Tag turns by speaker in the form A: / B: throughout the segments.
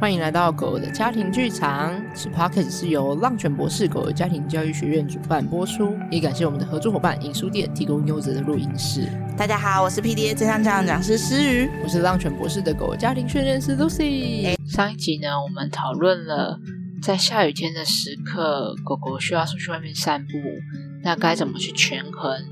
A: 欢迎来到狗的家庭剧场。此 p o c k e t 是由浪犬博士狗的家庭教育学院主办播出，也感谢我们的合作伙伴影书店提供优质的录音室。
B: 大家好，我是 PDA 正向教养讲师诗瑜。
A: 我是浪犬博士的狗的家庭训练师 Lucy。
C: 上一集呢，我们讨论了在下雨天的时刻，狗狗需要出去外面散步，那该怎么去权衡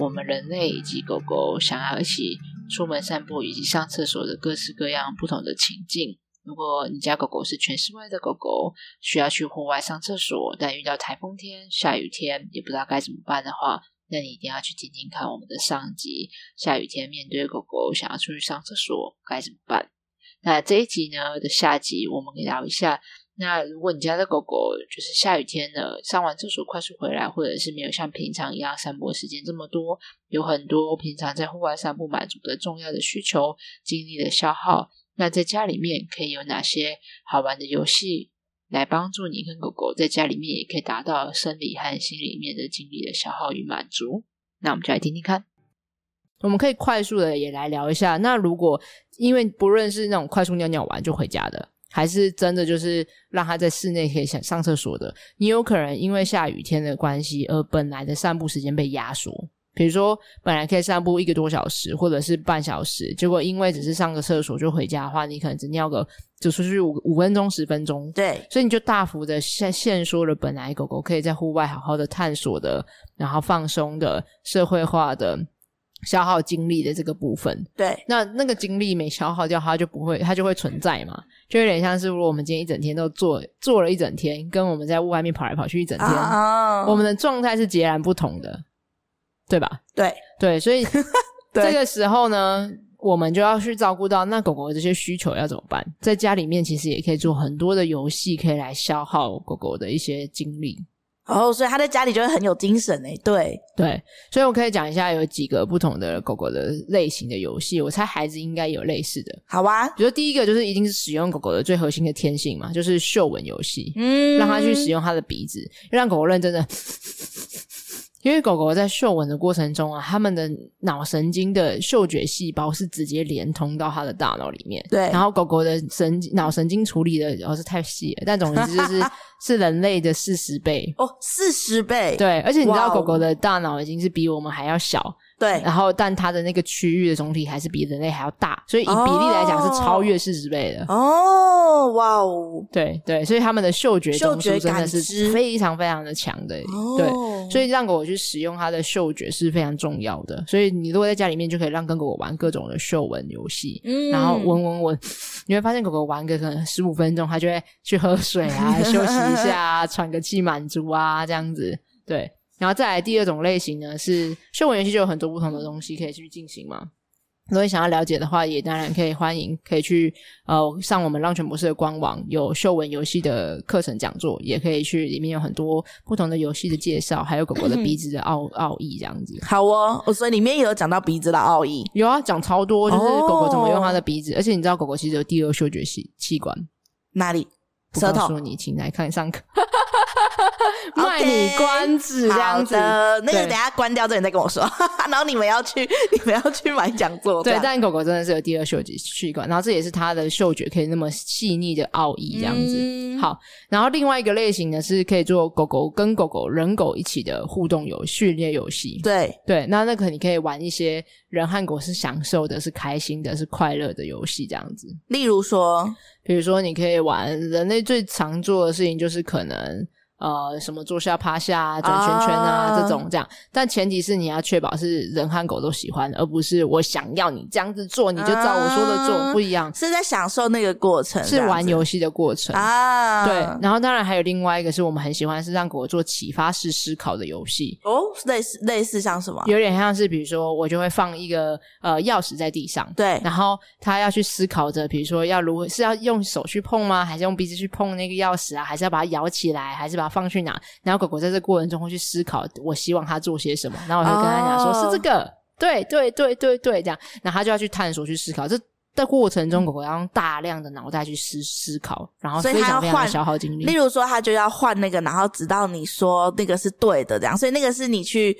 C: 我们人类以及狗狗想要一起出门散步以及上厕所的各式各样不同的情境。如果你家狗狗是全室外的狗狗，需要去户外上厕所，但遇到台风天、下雨天，也不知道该怎么办的话，那你一定要去听听看我们的上集。下雨天面对狗狗想要出去上厕所该怎么办？那这一集呢的下集，我们聊一下。那如果你家的狗狗就是下雨天了，上完厕所快速回来，或者是没有像平常一样散步的时间这么多，有很多平常在户外散步满足的重要的需求、精力的消耗，那在家里面可以有哪些好玩的游戏来帮助你跟狗狗在家里面也可以达到生理和心里面的精力的消耗与满足？那我们就来听听看。
A: 我们可以快速的也来聊一下。那如果因为不论是那种快速尿尿完就回家的，还是真的就是让它在室内可以想上厕所的，你有可能因为下雨天的关系，而本来的散步时间被压缩。比如说，本来可以散步一个多小时，或者是半小时，结果因为只是上个厕所就回家的话，你可能只尿个只出去五五分钟、十分钟，
B: 对，
A: 所以你就大幅的限限缩了本来狗狗可以在户外好好的探索的，然后放松的、社会化的、消耗精力的这个部分。
B: 对，
A: 那那个精力没消耗掉，它就不会，它就会存在嘛，就有点像是如果我们今天一整天都做做了一整天，跟我们在外面跑来跑去一整天，
B: 啊
A: 我们的状态是截然不同的，对吧？
B: 对
A: 对，所以
B: 对
A: 这个时候呢，我们就要去照顾到那狗狗的这些需求要怎么办？在家里面其实也可以做很多的游戏，可以来消耗狗狗的一些精力。
B: 哦，所以他在家里就会很有精神诶。对，
A: 对，所以我可以讲一下有几个不同的狗狗的类型的游戏，我猜孩子应该有类似的。
B: 好啊，
A: 比如说第一个就是一定是使用狗狗的最核心的天性嘛，就是嗅闻游戏，
B: 嗯
A: 让它去使用它的鼻子，让狗狗认真的。因为狗狗在嗅闻的过程中啊，它们的脑神经的嗅觉细胞是直接连通到它的大脑里面。
B: 对
A: 然后狗狗的神经脑神经处理的，哦是太细了，但总之就是 是人类的四十倍。
B: 哦，四十倍，
A: 对，而且你知道
B: 哇哦
A: 狗狗的大脑已经是比我们还要小，
B: 对
A: 然后但它的那个区域的总体还是比人类还要大，所以以比例来讲是超越四十倍的。
B: 哦，哇哦，
A: 对对，所以他们的嗅觉中枢
B: 嗅觉
A: 真的
B: 感
A: 是
B: 知
A: 非常非常的强的，
B: 哦
A: 对，所以让狗狗去使用它的嗅觉是非常重要的。所以你如果在家里面就可以让跟狗狗玩各种的嗅闻游戏，
B: 嗯
A: 然后闻闻闻，你会发现狗狗玩个可能十五分钟，它就会去喝水啊，休息一下啊，喘个气满足啊，这样子，对。然后再来第二种类型呢，是嗅闻游戏就有很多不同的东西可以去进行嘛。如果你想要了解的话，也当然可以欢迎，可以去呃上我们浪犬博士的官网，有嗅闻游戏的课程讲座，也可以去里面有很多不同的游戏的介绍，还有狗狗的鼻子的奥奥义这样子。
B: 好哦，哦所以里面也有讲到鼻子的奥义，
A: 有啊，讲超多，就是
B: 哦
A: 狗狗怎么用它的鼻子，而且你知道狗狗其实有第二嗅觉器器官，
B: 哪里？
A: 不
B: 舌
A: 告
B: 头
A: 诉。你，请来看 上课，
B: OK，
A: 卖你关子这样子。
B: 好的那个
A: 对
B: 等一下关掉之后你再跟我说， 然后你们要去， 你们要去买讲座，这
A: 对，
B: 样
A: 但狗狗真的是有第二嗅觉器官，然后这也是它的嗅觉可以那么细腻的奥义这样子。
B: 嗯
A: 好，然后另外一个类型呢是可以做狗狗跟狗狗、人狗一起的互动游训练游戏。
B: 对，
A: 对，那那个你可以玩一些人和狗是享受的、是开心的、是快乐的游戏这样子。
B: 例如说，
A: 比如说，你可以玩人类最常做的事情，就是可能呃什么坐下、趴下、啊、转圈圈啊
B: 啊
A: 这种这样。但前提是你要确保是人和狗都喜欢，而不是我想要你这样子做，你就照我说的做，
B: 啊
A: 不一样。
B: 是在享受那个过程，
A: 是玩游戏的过
B: 戏
A: 程。
B: 啊，
A: 对，然后当然还有另外一个是我们很喜欢，是让狗狗做启发式思考的游戏，
B: 哦，类似类似像什么？
A: 有点像是比如说我就会放一个呃钥匙在地上，
B: 对，
A: 然后他要去思考着，比如说要如何是要用手去碰吗？还是用鼻子去碰那个钥匙啊？还是要把它摇起来？还是把它放去哪？然后狗狗在这过程中会去思考，我希望它做些什么。然后我就跟他讲说，
B: 哦
A: 是这个，对对对对对，这样，然后他就要去探索去思考这。在过程中，狗狗要用大量的脑袋去思思考，然后
B: 所以
A: 非
B: 它
A: 常
B: 要
A: 非常的
B: 换
A: 消耗精力。
B: 例如说，他就要换那个，然后直到你说那个是对的，这样，所以那个是你去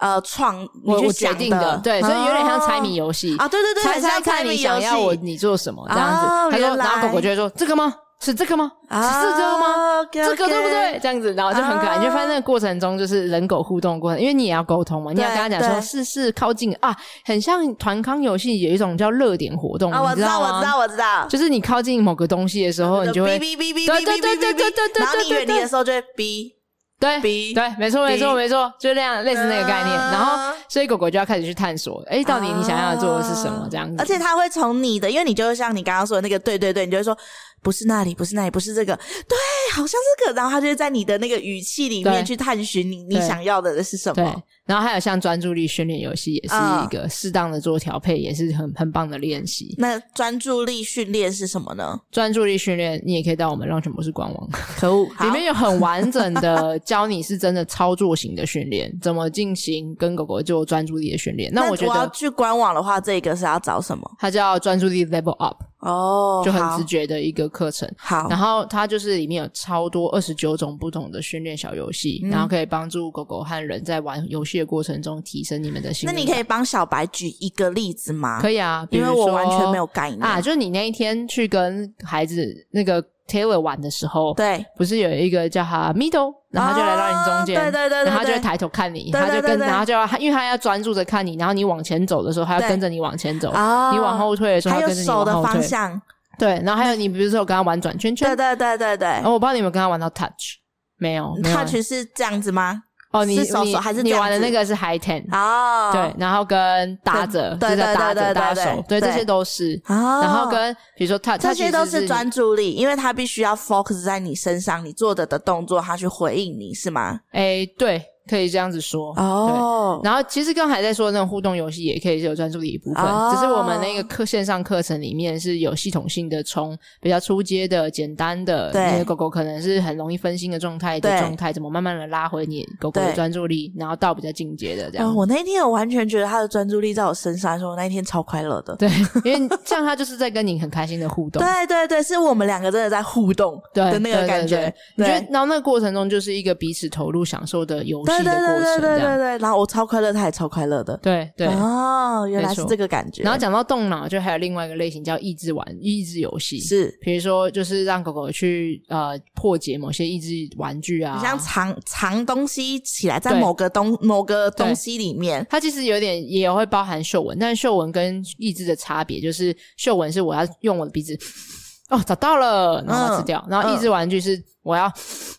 B: 呃创你
A: 我
B: 去
A: 我决
B: 想
A: 定的，对，所以有点像猜谜
B: 游
A: 游戏
B: 啊，对对对，
A: 猜
B: 很像
A: 猜看
B: 谜
A: 你
B: 游
A: 想要
B: 戏
A: 我你做什么这样子。
B: 哦
A: 他
B: 原
A: 说，
B: 来
A: 然后狗狗就会说这个吗？是这个吗？
B: 啊，
A: 是这个吗？
B: OK，OK？
A: 这个对不对？这样子，然后就很可爱。
B: 啊
A: 你就发现那个过程中就是人狗互动的过程，因为你也要沟通嘛，你要跟他讲说
B: 对
A: 是是靠近啊，很像团康游戏有一种叫热点活动，
B: 啊，我
A: 你
B: 知道，我知
A: 吗？
B: 道，我知道。
A: 就是你靠近某个东西的时候，你就会
B: 哔哔哔哔
A: 对
B: 哔
A: 对
B: 哔
A: 对对
B: 哔
A: 对对
B: 哔，
A: 对
B: 然后
A: 对
B: 你
A: 对
B: 远离的时候就会哔，
A: 对
B: 哔
A: 对，没错没错
B: 哔
A: 没错，就那样类似那个概念。
B: 啊
A: 然后，所以狗狗就要开始去探索，哎，到底你想要做的是什么
B: 啊
A: 这样子。
B: 而且它会从你的，因为你就像你刚刚说的那个，对对对，你就会说不是那里，不是那里，不是这个，对，好像这个，然后它就会在你的那个语气里
A: 对
B: 面去探寻你你
A: 对
B: 想要的是什
A: 对
B: 么。，
A: 然后还有像专注力训练游戏，也是
B: 啊
A: 一个适当的做调配，也是很很棒的练习。
B: 那专注力训练是什么呢？
A: 专注力训练，你也可以到我们浪犬博士官网，
B: 可恶，
A: 里面有很完整的教你是真的操作型的训练，怎么进行跟狗狗做专注力的训练。那
B: 那
A: 我觉
B: 要
A: 得
B: 去官网的话，这个是要找什么？
A: 它叫专注力 Level Up，
B: 哦，
A: 就很
B: 好
A: 直觉的一个课程。
B: 好
A: 然后它就是里面有超多二十九种不同的训练小游戏，
B: 嗯
A: 然后可以帮助狗狗和人在玩游戏的过程中提升你们的心
B: 那
A: 理。
B: 你可以帮小白举一个例子吗？
A: 可以啊，比
B: 因
A: 如
B: 为我
A: 说
B: 完全没有概念
A: 啊，就是你那一天去跟孩子那个 Taylor 玩的时候，
B: 对，
A: 不是有一个叫他 middle，然后他就来到你中间，
B: 啊对对对对
A: 然后他就会
B: 对
A: 抬头看你，
B: 对对
A: 他就
B: 对
A: 跟，
B: 对
A: 然后就要，因为他要专注着看你，然后你往前走的时候，他要
B: 对
A: 跟着你往前走，
B: 啊
A: 你往后退的时候，
B: 还
A: 他
B: 有
A: 跟着你
B: 手的
A: 往后
B: 方
A: 退，
B: 向，
A: 对，然后还有你比如说我跟他玩转圈圈，
B: 对对对对对
A: 然。后我不知道你有没有跟他玩到 touch，没有没有
B: ，touch 是这样子吗？
A: 哦，你
B: 是手
A: 你
B: 手还是
A: 你
B: 这样
A: 玩的
B: 子
A: 那个是 high ten，
B: 哦，
A: 对，，然后跟搭
B: 对
A: 着，就
B: 对
A: 是要
B: 对
A: 搭
B: 对
A: 着
B: 对
A: 搭
B: 对
A: 手，对，
B: 对
A: 这些都是，
B: 哦，
A: 然后跟比如说 touch，
B: 这些都
A: 是
B: 是专注力，因为它必须要 focus 在你身上，你做的的动作，它去回应你是吗？
A: 哎，对，可以这样子说，对。
B: 哦，
A: 然后其实刚才在说的那种互动游戏也可以是有专注力一部分，
B: 哦
A: 只是我们那个课线上课程里面是有系统性的，从比较初阶的、简单的，
B: 对
A: 你的狗狗可能是很容易分心的状态的
B: 对
A: 状态，怎么慢慢的拉回你狗狗的
B: 对
A: 专注力，然后到比较进阶的这样。
B: 哦，我那一天我完全觉得他的专注力在我身上，所以我那一天超快乐的。
A: 对，因为这样它就是在跟你很开心的互动。
B: 对对对，是我们两个真的在互动
A: 对
B: 的
A: 对
B: 那个
A: 对
B: 感觉
A: 对。你
B: 对
A: 觉得，然后那个过程中就是一个彼此投入、享受的游戏
B: 对
A: 的
B: 对
A: 过
B: 对对
A: 程，
B: 对
A: 这
B: 对
A: 样
B: 对，然后我超快乐，他也超快乐的。
A: 对对。
B: 哦，原来
A: 没
B: 是
A: 错
B: 这个感觉。
A: 然后讲到动脑，就还有另外一个类型叫益智玩、益智游戏，
B: 是
A: 比如说就是让狗狗去呃破解某些益智玩具啊
B: 你，像藏藏东西起来，在
A: 对
B: 某个东某个
A: 对
B: 东西里面，
A: 它其实有点也会包含嗅闻，但是嗅闻跟意志的差别就是，嗅闻是我要用我的鼻子， 哦，找到了，然后把它吃掉；
B: 嗯
A: 然后意志玩具是我要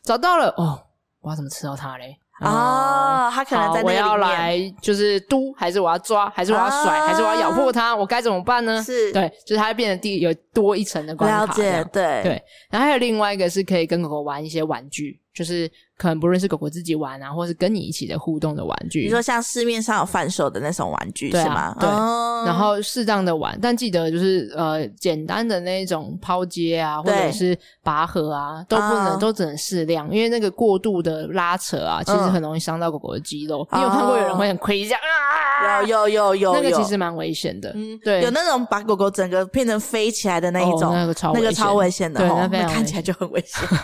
A: 找到了，哦，我要怎么吃到它嘞？哦，
B: 哦，他可能
A: 好
B: 在那
A: 我
B: 个
A: 要
B: 里面
A: 来就是嘟，还是我要抓，还是我要甩，
B: 啊
A: 还是我要咬破它？我该怎么办呢？
B: 是
A: 对，就是它会变得第有多一层的关卡。
B: 了
A: 这
B: 解
A: 样，
B: 对
A: 对然后还有另外一个是可以跟狗狗玩一些玩具，就是可能不论是狗狗自己玩啊，或是跟你一起的互动的玩具。
B: 你说像市面上有贩售的那种玩具
A: 对啊
B: 是吗？
A: 对
B: 哦
A: 然后适当的玩，但记得就是呃，简单的那种抛接啊，或
B: 对
A: 者是拔河啊，都不能、
B: 啊
A: 都只能适量，因为那个过度的拉扯啊，其实
B: 嗯
A: 很容易伤到狗狗的肌肉。
B: 啊
A: 你有看过有人会很亏这样啊？
B: 有有有有
A: 那个
B: 哦有
A: 其实蛮危险的。
B: 嗯
A: 对，
B: 有那种把狗狗整个变成飞起来的那一
A: 哦
B: 种，
A: 那个超
B: 那个
A: 危险
B: 超危险的
A: 对
B: 哦，
A: 那非常
B: 看
A: 危
B: 起
A: 险
B: 来就很危 险。Oh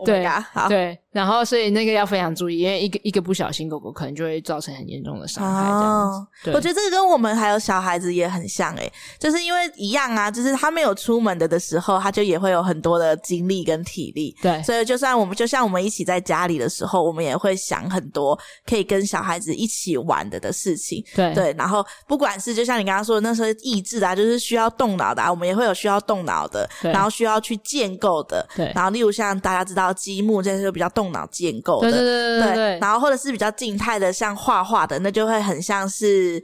B: my
A: 对
B: God，好
A: 对，然后所以那个要非常注意，因为一个一个不小心，狗狗可能就会造成很严重的伤害。这样子，
B: 哦
A: 对
B: 我觉得这个跟我们还有小孩子也很像诶、就是因为一样啊，就是他没有出门的的时候，他就也会有很多的精力跟体力。
A: 对
B: 所以就算我们就像我们一起在家里的时候，我们也会想很多可以跟小孩子一起玩的的事情。
A: 对
B: 对，然后不管是就像你刚刚说的那时候益智的啊，就是需要动脑的啊，我们也会有需要动脑的，
A: 对
B: 然后需要去建构的，
A: 对
B: 然后例如像大家知道积木这些就比较动脑建构的，
A: 对对对对嗯对对
B: 然后或者是比较静态的，像画画的，那就会很像是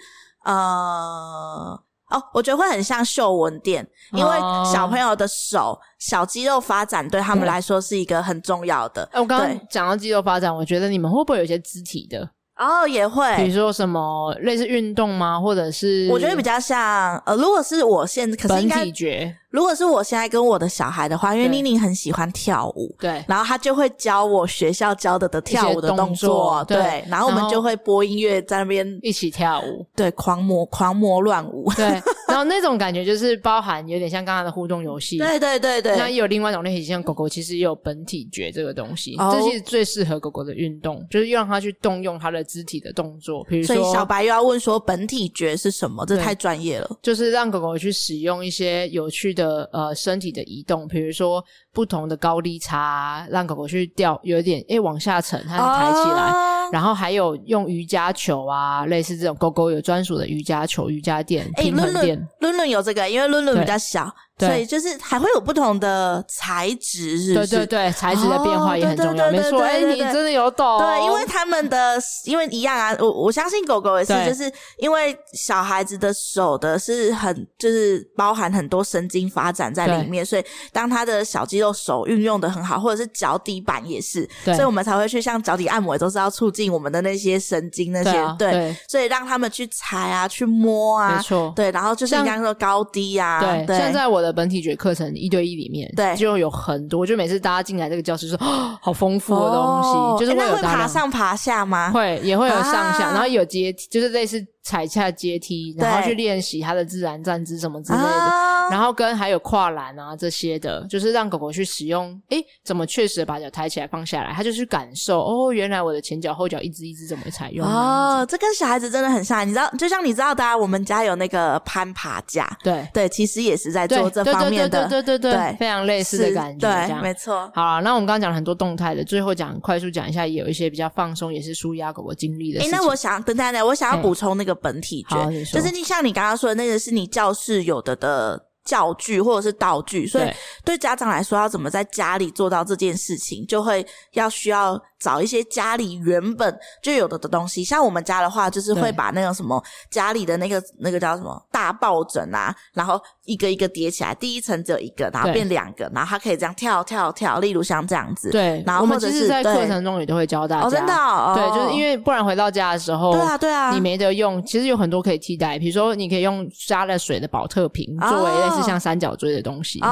B: 呃。哦，我觉得会很像嗅闻店，因为
A: 哦
B: 小朋友的手、小肌肉发展对他们
A: 对
B: 来说是一个很重要的。
A: 哎我刚
B: 对
A: 刚讲到肌肉发展，我觉得你们会不会有一些肢体的，
B: 然后哦也
A: 比
B: 会
A: 如，说什么类似运动吗？或者是
B: 我觉得比较像呃，如果是我现，可是
A: 本
B: 应该
A: 体觉，
B: 如果是我现在跟我的小孩的话，因为
A: 对
B: 妮妮很喜欢跳舞，
A: 对
B: 然后她就会教我学校教的的跳舞的
A: 一些
B: 动
A: 动作
B: 对，
A: 对
B: 然后我
A: 然
B: 们
A: 后
B: 就会播音乐在那边
A: 一起跳 舞，
B: 对狂魔狂魔乱舞，
A: 对，然后那种感觉就是包含有点像刚刚的互动游戏，
B: 对对对
A: 那
B: 对，
A: 也有另外一种类型，像狗狗其实也有本体觉这个东西，
B: 哦
A: 这其实最适合狗狗的运动，就是让它去动用它的肢体的动作，比如
B: 所
A: 说
B: 以小白又要问说本体觉是什么，这
A: 对
B: 太专业了。
A: 就是让狗狗去使用一些有趣的呃身体的移动，比如说不同的高低差啊，让狗狗去掉有点诶、往下沉，它抬起来。
B: 哦
A: 然后还有用瑜伽球啊，类似这种狗狗有专属的瑜伽球、瑜伽垫、
B: 哎，
A: 平
B: 论
A: 衡垫，
B: 论论论有这个，因为论论
A: 对
B: 比较小，
A: 对
B: 所以就是还会有不同的材质，是不
A: 对
B: 是？
A: 对对，材质的变化也很重要。
B: 哦对对对
A: 没错，
B: 对
A: 哎、
B: 对对
A: 你真的有懂？
B: 对，因为他们的因为一样啊，我我相信狗狗也是，
A: 对
B: 就是因为小孩子的手的是很就是包含很多神经发展在里面，所以当他的小肌肉手运用的很好，或者是脚底板也是，
A: 对
B: 所以我们才会去像脚底按摩，也都是要促进我们的那些神经那些
A: 对啊，对
B: 所以让他们去踩啊，去摸
A: 没
B: 啊，
A: 错，
B: 对，然后就是你
A: 像
B: 刚刚说高低啊，
A: 对，
B: 对
A: 像在我的本体觉课程一对一里面，
B: 对
A: 就有很多，就每次大家进来这个教室说，哦好丰富的东西，
B: 哦
A: 就是
B: 诶
A: 会
B: 那
A: 有
B: 会
A: 大
B: 爬
A: 量
B: 上爬下吗？
A: 会也会有上下，
B: 啊
A: 然后有阶梯，就是类似踩下阶梯，然后去练习它的自然站姿什么之类的。
B: 啊
A: 然后跟还有跨栏啊这些的，就是让狗狗去使用，诶，怎么确实地把脚抬起来放下来，它就去感受哦，原来我的前脚后脚一只一只怎么采用啊？
B: 哦，这跟小孩子真的很像，你知道，就像你知道的、啊，我们家有那个攀爬架，
A: 对
B: 对，其实也是在
A: 对
B: 做
A: 对
B: 这
A: 对
B: 方面
A: 对
B: 的，
A: 对对对
B: 对
A: 对，非常类似的感觉，这
B: 对，
A: 样
B: 没错，
A: 好啦，那我们刚刚讲了很多动态的，最后讲快速讲一下，也有一些比较放松，也是舒压狗狗经历的
B: 诶，
A: 事情。
B: 那我想等等等，我想要
A: 嘿
B: 补充那个本体
A: 好
B: 觉，
A: 你说
B: 就是你像你刚刚说的那个是你教室有的的教具或者是道具，所以
A: 对
B: 对家长来说，要怎么在家里做到这件事情，就会要需要找一些家里原本就有的的东西。像我们家的话，就是会
A: 对
B: 把那个什么家里的那个那个叫什么大抱枕啊，然后一个一个叠起来，第一层只有一个，然后
A: 对
B: 变两个，然后它可以这样跳跳跳。例如像这样子，
A: 对，
B: 然后
A: 我们
B: 或者
A: 其
B: 是
A: 实，在
B: 对
A: 课程中也都会教大家，
B: 哦，真的哦、
A: 对，就是因
B: 为
A: 为不然回到家的时候，
B: 对啊对啊，
A: 你没得用。其实有很多可以替代，比如说你可以用加了水的保特瓶
B: 哦
A: 作为类似像三角锥的东西，
B: 哦，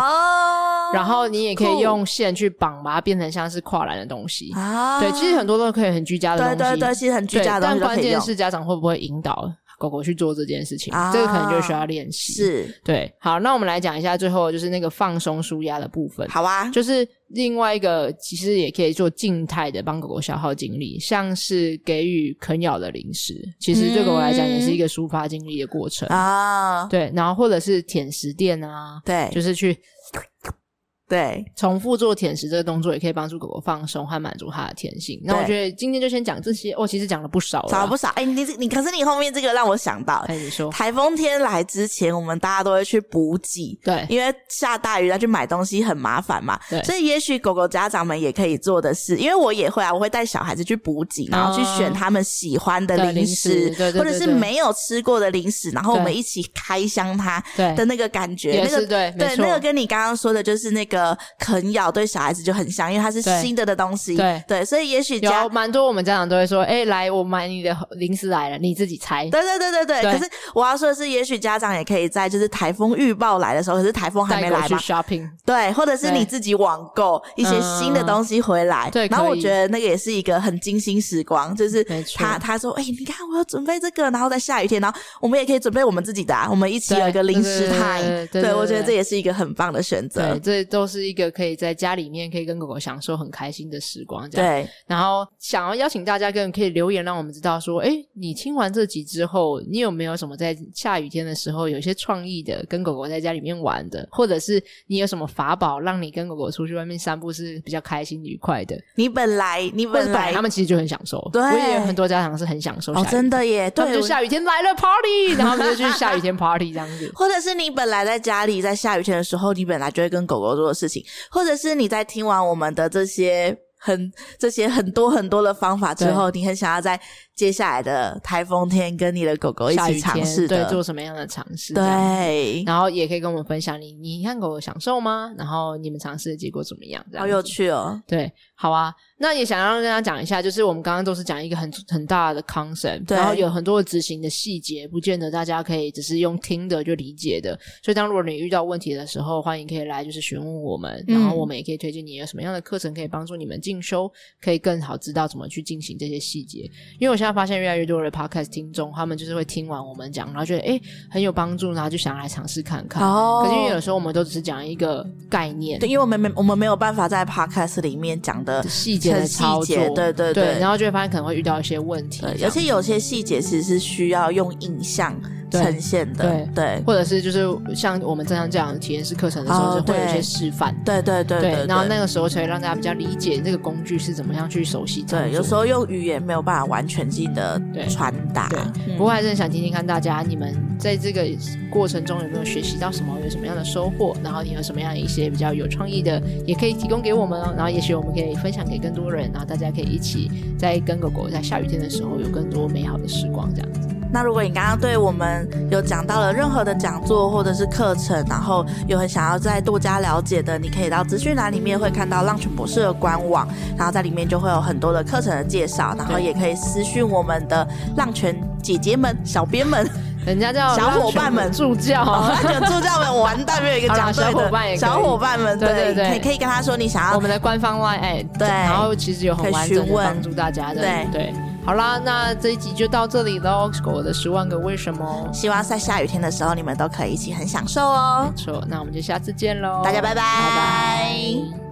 A: 然后你也可
B: 酷
A: 以用线去绑，把它变成像是跨栏的东西。
B: 啊，
A: 对，其实很多都可以很居家的
B: 对
A: 东
B: 对
A: 西，
B: 对，其实很居
A: 对
B: 家的东
A: 但
B: 西都
A: 关
B: 可以
A: 键
B: 用，
A: 是家长会不会引导狗狗去做这件事情，
B: 啊
A: 这个可能就需要练习。
B: 是
A: 对，好，那我们来讲一下最后就是那个放松舒压的部分，
B: 好啊，
A: 就是另外一个其实也可以做静态的帮狗狗消耗精力，像是给予啃咬的零食，其实对狗狗来讲也是一个抒发精力的过程。
B: 嗯啊，
A: 对，然后或者是舔食垫啊，
B: 对
A: 就是去
B: 对。
A: 重复做舔食这个动作，也可以帮助狗狗放松和满足它的天性。那我
B: 对
A: 觉得今天就先讲这些，哦，其实讲了不少了，
B: 少不少？哎、你这你可是你后面这个让我想到，
A: 哎，你说，
B: 台风天来之前，我们大家都会去补给。
A: 对，
B: 因为下大雨要去买东西很麻烦嘛，
A: 对
B: 所以也许狗狗家长们也可以做的是，因为我也会啊，我会带小孩子去补给，然后去选他们喜欢的
A: 对
B: 零
A: 零
B: 食，
A: 食啊对对对
B: 或者是
A: 对
B: 没有吃过的零食，然后我们
A: 对
B: 一起开箱它
A: 对
B: 的，那个感觉，
A: 也
B: 那个
A: 是对，没
B: 对，
A: 错
B: 那个跟你刚刚说的，就是那个啃咬对小孩子就很像，因为它是
A: 对
B: 新的的东西，
A: 对
B: 所以也许家
A: 有啊蛮多我们家长都会说，哎、来，我买你的零食来了，你自己猜。
B: 对对对对对。
A: 对
B: 可是我要说的是，也许家长也可以在就是台风预报来的时候，可是台风还
A: 带
B: 没
A: 狗
B: 来
A: 去
B: 嘛。
A: shopping，
B: 对，或者是
A: 对嗯
B: 你自己网购一些新的东西回来，
A: 对
B: 然后我
A: 可以
B: 觉得那个也是一个很精心时光，就是
A: 没错
B: 他他说，哎、你看我要准备这个，然后在下雨天，然后我们也可以准备我们自己的、啊，我们一起
A: 对
B: 有一个零食
A: 对对对
B: time，
A: 对对对
B: 我觉得
A: 对
B: 这也是一个很棒的选择
A: 对，，这都是一个可以在家里面可以跟狗狗享受很开心的时光。这样，
B: 对
A: 然后想要邀请大家跟可以留言，让我们知道说，哎，你听完这集之后，你有没有什么在下雨天的时候有一些创意的跟狗狗在家里面玩的，或者是你有什么法宝让你跟狗狗出去外面散步是比较开心愉快的，
B: 你本来你
A: 或者
B: 本
A: 本来
B: 来
A: 他们其实就很享受。
B: 对
A: 我也有很多家长是很享 受下雨
B: 哦，真的耶，
A: 他们
B: 对，
A: 就
B: 我
A: 下雨天来了 party，然后他们就去下雨天 party 这样子。
B: 或者是你本来在家里在下雨天的时候，你本来就会跟狗狗做的事情，或者是你在听完我们的这些很这些很多很多的方法之后，你很想要在接下来的台风天跟你的狗狗一
A: 下雨
B: 起尝试
A: 天对
B: 的，
A: 做什么样的尝试？这样
B: 对，
A: 然后也可以跟我们分享你你和狗狗享受吗？然后你们尝试的结果怎么样？这样
B: 好
A: 子
B: 有趣哦，
A: 对，好啊。那也想要跟大家讲一下，就是我们刚刚都是讲一个很很大的 concept，
B: 对
A: 然后有很多的执行的细节，不见得大家可以只是用听的就理解的。所以，当如果你遇到问题的时候，欢迎可以来就是询问我们，然后
B: 嗯
A: 我们也可以推荐你有什么样的课程可以帮助你们进修，可以更好知道怎么去进行这些细节。因为我现在发现越来越多的 podcast 听众，他们就是会听完我们讲，然后觉得诶很有帮助，然后就想来尝试看看。
B: 哦
A: 可是因为有时候我们都只是讲一个概念，
B: 对，因为我们没我们没有办法在 podcast 里面讲的
A: 细节的
B: 很细
A: 操作，
B: 节对对对
A: 然后就会发现可能会遇到一些问题，
B: 对，
A: 这
B: 而
A: 样
B: 且有些细节其实是需要用影像
A: 对
B: 呈现的，对
A: 或者是就是像我们正常讲体验式课程的时候，
B: 哦
A: 是会有一些
B: 对
A: 示范，
B: 对对对对，
A: 然后那个时候才会让大家比较理解这个工具是怎么样去熟悉操作。
B: 对，有时候用语言没有办法完全性的
A: 对
B: 传达
A: 对，，
B: 嗯
A: 不过还是很想听听看大家，你们在这个过程中有没有学习到什么，有什么样的收获，然后你有什么样一些比较有创意的，也可以提供给我们哦。然后也许我们可以分享给更多人，然后大家可以一起在跟狗狗在下雨天的时候有更多美好的时光，这样。
B: 那如果你刚刚对我们有讲到了任何的讲座或者是课程，然后有很想要再多加了解的，你可以到资讯栏里面会看到浪犬博士的官网，然后在里面就会有很多的课程的介绍，然后
A: 对
B: 也可以私讯我们的浪犬姐姐们、小编们。
A: 人家叫
B: 小伙伴们
A: 助教，
B: 哦， 浪犬助教们，我完蛋，没有一个
A: 好啦
B: 讲
A: 小
B: 对
A: 伙伴也可以
B: 的小伙伴们，
A: 对对对
B: 可以可以跟他说你想
A: 我
B: 要
A: 们的官方 LINE，哎
B: 啊对
A: 然后其实有很完整
B: 可以
A: 的
B: 询问
A: 帮助大家的，
B: 对
A: 对。好啦，那这一集就到这里喽，《狗的十万个为什么》。
B: 希望在下雨天的时候，你们都可以一起很享受哦。
A: 没错，那我们就下次见喽，
B: 大家拜拜
A: 拜拜